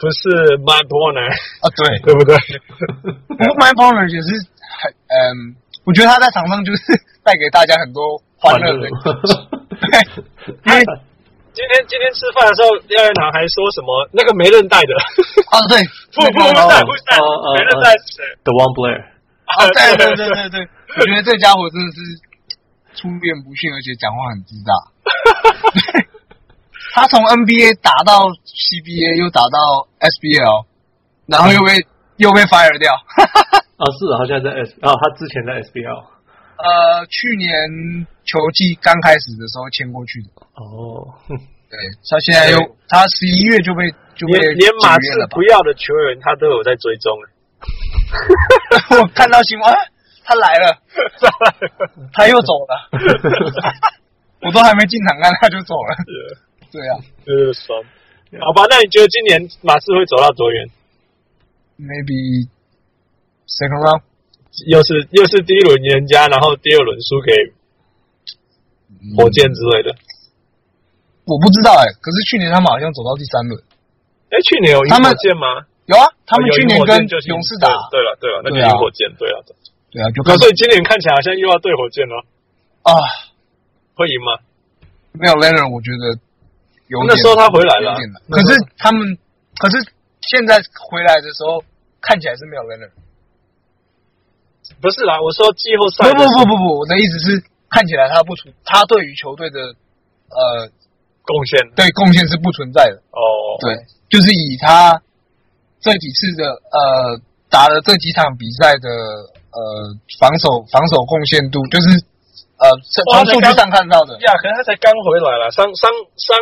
Speaker 4: 不是 My Bonner，
Speaker 5: 啊，对，
Speaker 4: 对不对？
Speaker 5: 不过 My Bonner 也是很嗯，我觉得他在场上就是 [LAUGHS] 带给大家很多欢乐的， [LAUGHS] 对因为
Speaker 4: 今天今天吃饭的时候，廖院堂还说什么那个没人带 [LAUGHS] 的，
Speaker 5: 啊对，
Speaker 4: 不不不带不带
Speaker 2: 哦哦哦，
Speaker 4: 没人带是谁？
Speaker 2: [LAUGHS] The One Blair，
Speaker 5: 啊对对对对 [LAUGHS] 对，我觉得这家伙真的是出言不逊，而且讲话很自大。 [LAUGHS] 他从 NBA 打到 CBA，又打到 SBL，然后又被、又被 fire 掉。 [LAUGHS]
Speaker 2: 啊是啊，他现在在 S，啊他之前在 SBL，
Speaker 5: 呃，去年球季刚开始的时候签过去的， [LAUGHS]
Speaker 2: 哦，哼
Speaker 5: 对，他现在又他十一月就被就被
Speaker 4: 连连马
Speaker 5: 解约了
Speaker 4: 刺
Speaker 5: 吧
Speaker 4: 不要的球员，他都有在追踪。 [LAUGHS]
Speaker 5: 我 [LAUGHS] 看到新闻、啊，他来了， [LAUGHS] 他又走了， [LAUGHS] 我都还没进场看他就走了。对啊
Speaker 4: 呃，酸。好吧，那你觉得今年马刺会走到多远？
Speaker 5: ，maybe second round，
Speaker 4: 又是又是第一轮赢人家，然后第二轮输给
Speaker 5: 嗯
Speaker 4: 火箭之类的。
Speaker 5: 我不知道哎、可是去年他们好像走到第三轮，
Speaker 4: 哎，去年有赢
Speaker 5: 他们
Speaker 4: 火箭吗？
Speaker 5: 有啊，他们
Speaker 4: 哦有
Speaker 5: 去
Speaker 4: 赢
Speaker 5: 年
Speaker 4: 火箭
Speaker 5: 跟
Speaker 4: 就是赢
Speaker 5: 勇士打，
Speaker 4: 对对了对了，那就
Speaker 5: 对
Speaker 4: 赢
Speaker 5: 啊
Speaker 4: 火箭，对了。对
Speaker 5: 对啊，就
Speaker 4: 那所
Speaker 5: 跟
Speaker 4: 以今年看起来好像又要对火箭了，
Speaker 5: 啊，
Speaker 4: 会赢吗？
Speaker 5: 没有 l e n a r 我觉得有点
Speaker 4: 那时候他回来了
Speaker 5: 有点难
Speaker 4: 那
Speaker 5: 可
Speaker 4: 时候
Speaker 5: 是他们，可是现在回来的时候看起来是没有 l e n a r
Speaker 4: 不是啦，我说季后赛
Speaker 5: 不
Speaker 4: 的时候
Speaker 5: 不不不不，我的意思是看起来他不存，他对于球队的呃
Speaker 4: 贡献
Speaker 5: 对贡献是不存在的。
Speaker 4: 哦，
Speaker 5: 对，就是以他这几次的呃打了这几场比赛的呃防守防守贡献度，就是呃
Speaker 4: 哇
Speaker 5: 从从数据上看到的，
Speaker 4: 呀，可是他才刚回来了，伤伤伤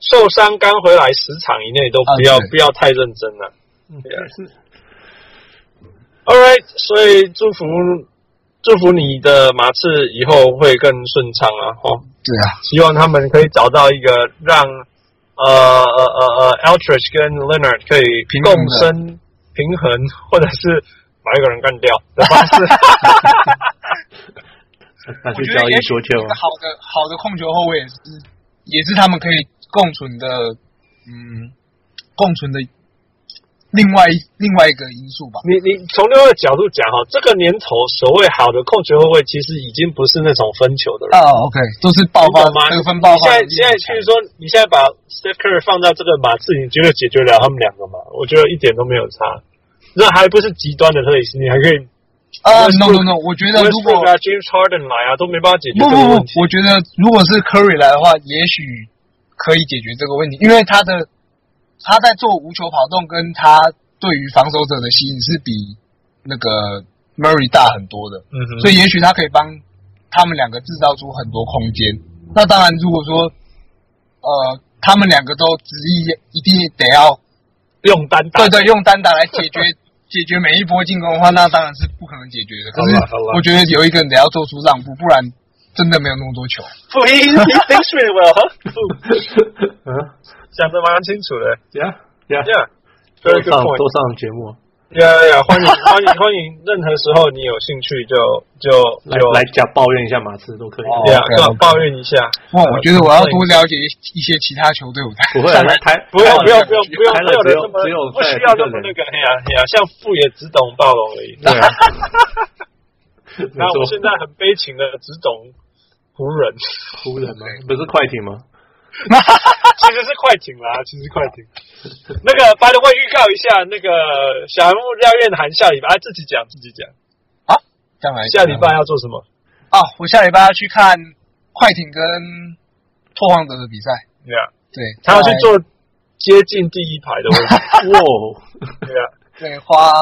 Speaker 4: 受伤刚回来十场以内都不要、
Speaker 5: 啊对
Speaker 4: 不要太认真了。
Speaker 2: 嗯
Speaker 4: 对啊 All right，所以祝福祝福你的马刺以后会更顺畅啊！哦，
Speaker 5: 对啊，
Speaker 4: 希望他们可以找到一个让呃呃呃呃 Altridge 跟 Leonard 可以
Speaker 5: 平
Speaker 4: 共
Speaker 5: 衡的
Speaker 4: 生平衡，或者是把一个人干掉的方式。
Speaker 2: 那
Speaker 5: 我
Speaker 2: 去
Speaker 5: 觉
Speaker 2: 交
Speaker 5: 得
Speaker 2: 易
Speaker 5: 也许
Speaker 2: 说球啊
Speaker 5: 一个好的好的控球后卫也是也是他们可以共存的，嗯，共存的另外一另外一个因素吧。
Speaker 4: 你你从另外一个角度讲哈，这个年头所谓好的控球后卫，其实已经不是那种分球的人。
Speaker 5: 啊、o k 都是爆
Speaker 4: 你懂
Speaker 5: 发
Speaker 4: 吗？
Speaker 5: 得分爆
Speaker 4: 你现
Speaker 5: 发
Speaker 4: 在
Speaker 5: 能力
Speaker 4: 现在
Speaker 5: 哦很
Speaker 4: 去
Speaker 5: 强。
Speaker 4: 说，你现在把 Steph Curry 放到这个马刺，你觉得解决了他们两个吗？我觉得一点都没有差。那还不是极端的特里斯，你还可以
Speaker 5: 啊
Speaker 4: Westbrook-
Speaker 5: ，no no no，我觉得如果
Speaker 4: Westbrook 啊 James Harden 来啊，都没办法解决这
Speaker 5: 不不
Speaker 4: 个问
Speaker 5: 不，
Speaker 4: 题。
Speaker 5: 我觉得如果是 Curry 来的话，也许可以解决这个问题，因为他的他在做无球跑动，跟他对于防守者的吸引是比那个 Murray 大很多的，
Speaker 4: 嗯哼
Speaker 5: 所以也许他可以帮他们两个制造出很多空间。那当然，如果说呃他们两个都执意一定得要
Speaker 4: 用单打
Speaker 5: 对对用单打来解决 [LAUGHS] 解决每一波进攻的话，那当然是不可能解决的。可是
Speaker 4: 好了好了
Speaker 5: 我觉得有一个人得要做出让步，不然真的没有那么多球。
Speaker 4: 不一 thinks really well，huh？不
Speaker 2: [LAUGHS] 嗯
Speaker 4: 讲的蛮清楚的。
Speaker 2: ，Yeah Yeah，
Speaker 4: Yeah，
Speaker 2: 都
Speaker 4: very good
Speaker 2: 上
Speaker 4: point
Speaker 2: 都。上节目，啊
Speaker 4: Yeah yeah，欢迎欢迎欢迎，任何时候你有兴趣就就
Speaker 2: 来
Speaker 4: 就
Speaker 2: 来讲抱怨一下马刺都可以。啊
Speaker 5: 哦
Speaker 4: Yeah，
Speaker 5: OK，
Speaker 4: 跟我
Speaker 5: OK
Speaker 4: 抱怨一下。
Speaker 6: 哦
Speaker 5: 哇，我觉得我要多了解一些其他球队，我才
Speaker 2: 不会啊，
Speaker 5: 上
Speaker 2: 来台
Speaker 4: 不用
Speaker 2: 台
Speaker 4: 不用不用不用，
Speaker 2: 台
Speaker 4: 没
Speaker 2: 了
Speaker 4: 有
Speaker 2: 只有
Speaker 4: 人那么
Speaker 2: 只有
Speaker 4: 不
Speaker 2: 在
Speaker 4: 需要
Speaker 2: 这个人
Speaker 4: 那么那个，哎呀哎呀，像富也只懂暴龙而已。
Speaker 2: 对
Speaker 4: [LAUGHS]
Speaker 2: 啊，没
Speaker 4: 那我
Speaker 2: 错
Speaker 4: 现在很悲情的只懂湖人，
Speaker 2: 湖人吗？不是快
Speaker 4: [LAUGHS]
Speaker 2: 艇吗？
Speaker 4: 其实是快艇啦，其实快艇。那个白龙会预告一下，那个小人物廖院涵下礼拜、啊、自己讲自己讲，
Speaker 5: 上来
Speaker 4: 下礼拜要做什么？
Speaker 5: 哦，我下礼拜要去看快艇跟
Speaker 6: 拓荒者的比赛，
Speaker 4: 对啊，
Speaker 6: 对，
Speaker 2: 他要去
Speaker 6: 在
Speaker 2: 坐接近第一排的位置，哇，
Speaker 4: 对啊，
Speaker 6: 对花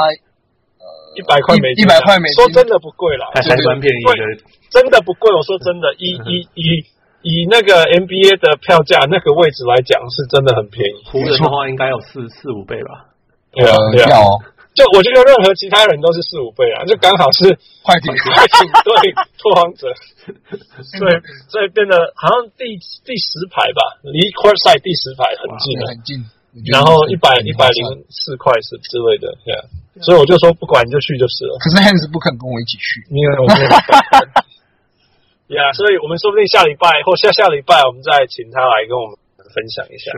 Speaker 4: 一百块美金啊，
Speaker 6: 一100块美金哎
Speaker 4: 说真的不贵啦，
Speaker 2: 还还蛮便宜的。
Speaker 4: 真的不贵。我说真的，
Speaker 6: 嗯
Speaker 4: 以以以以那个 NBA 的票价那个位置来讲，是真的很便宜。
Speaker 2: 湖人
Speaker 6: 哦
Speaker 2: 的话应该有四四五倍吧，
Speaker 4: 对啊，对
Speaker 6: 要
Speaker 4: 啊，
Speaker 6: 哦
Speaker 4: 就我觉得任何其他人都是四五倍啊，就刚好
Speaker 6: [LAUGHS]
Speaker 4: 是
Speaker 6: 快艇，
Speaker 4: 快艇对拓荒者，所以所以变得好像第第十排吧，离 court side 第十排很近
Speaker 6: 对
Speaker 4: 了。
Speaker 6: 很近。我觉得
Speaker 4: 然后
Speaker 6: 很
Speaker 4: 一百
Speaker 6: 很
Speaker 4: 一百零四块是之类的，对啊。所以我就说不管你就去就是了。
Speaker 6: 可是 Hans 不肯跟我一起
Speaker 4: [LAUGHS]
Speaker 6: 去，
Speaker 4: 因为我们，Yeah，所以我们说不定下礼拜或下下礼拜，我们再请他来跟我们分享一下。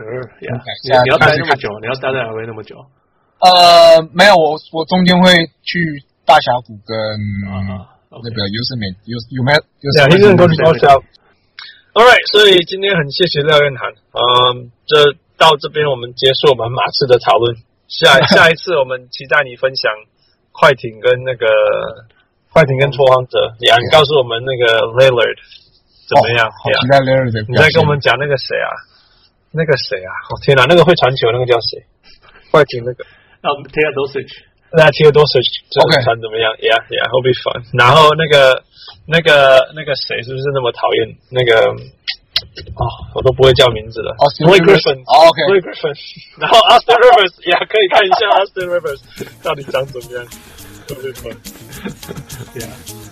Speaker 2: 呀，你
Speaker 6: 下
Speaker 2: 你要待
Speaker 6: 下次
Speaker 2: 那么久，你要待在 LA 那么久，
Speaker 6: 呃，没有，我我中间会去大峡谷跟
Speaker 2: 啊
Speaker 6: 那
Speaker 2: ，OK，
Speaker 6: 个优胜美优优美优
Speaker 4: 两
Speaker 6: 胜
Speaker 4: 天真啊的都是
Speaker 2: 高
Speaker 4: 高
Speaker 2: 效
Speaker 4: 效。All right，所以今天很谢谢廖院涵，嗯，这到这边我们结束我们马刺的讨论。下 [LAUGHS] 下一次我们期待你分享快艇跟那个快艇跟拓荒者，你你告诉我们那个 Lillard 怎么样？
Speaker 6: 好
Speaker 4: Yeah
Speaker 6: 期待 Larry 的
Speaker 4: 你
Speaker 6: 表
Speaker 4: 在
Speaker 6: 现。
Speaker 4: 跟我们讲那个谁啊？那个谁啊？我、天哪，那个会传球那个叫谁？快艇那个。
Speaker 2: 那 Taylor Dosage，
Speaker 4: 那 Theodore 这
Speaker 6: OK
Speaker 4: 传怎么样？Yeah, yeah, it'll be fun. 然后那个、那个、那个谁是不是那么讨厌那个？哦，我都不会叫名字了。
Speaker 6: 哦
Speaker 4: b l a
Speaker 6: ，Stephen
Speaker 4: k Griffin，
Speaker 6: Griffin 哦，OK
Speaker 4: b l a k Griffin，然后 Austin Rivers 也可以看一下 Austin Rivers 到底长怎么样。It'll be fun.
Speaker 2: Yeah.